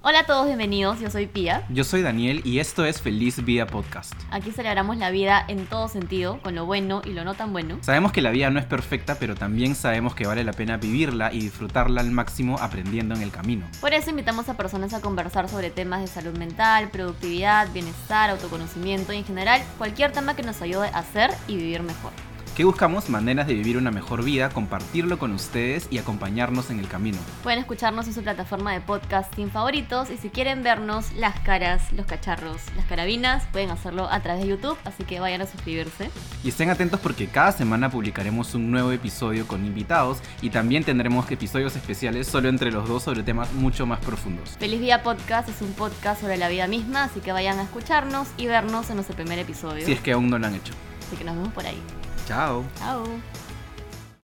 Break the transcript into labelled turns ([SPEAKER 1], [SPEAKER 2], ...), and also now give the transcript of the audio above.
[SPEAKER 1] Hola a todos, bienvenidos. Yo soy Pia.
[SPEAKER 2] Yo soy Daniel y esto es Feliz Vida Podcast.
[SPEAKER 1] Aquí celebramos la vida en todo sentido, con lo bueno y lo no tan bueno.
[SPEAKER 2] Sabemos que la vida no es perfecta, pero también sabemos que vale la pena vivirla y disfrutarla al máximo aprendiendo en el camino.
[SPEAKER 1] Por eso invitamos a personas a conversar sobre temas de salud mental, productividad, bienestar, autoconocimiento y en general cualquier tema que nos ayude a ser y vivir mejor.
[SPEAKER 2] ¿Qué buscamos? Maneras de vivir una mejor vida, compartirlo con ustedes y acompañarnos en el camino.
[SPEAKER 1] Pueden escucharnos en su plataforma de podcasting favoritos y si quieren vernos las caras, los cacharros, las carabinas, pueden hacerlo a través de YouTube, así que vayan a suscribirse.
[SPEAKER 2] Y estén atentos porque cada semana publicaremos un nuevo episodio con invitados y también tendremos episodios especiales solo entre los dos sobre temas mucho más profundos.
[SPEAKER 1] Feliz Vida Podcast es un podcast sobre la vida misma, así que vayan a escucharnos y vernos en nuestro primer episodio.
[SPEAKER 2] Si es que aún no lo han hecho.
[SPEAKER 1] Así que nos vemos por ahí.
[SPEAKER 2] Chao.
[SPEAKER 1] Chao.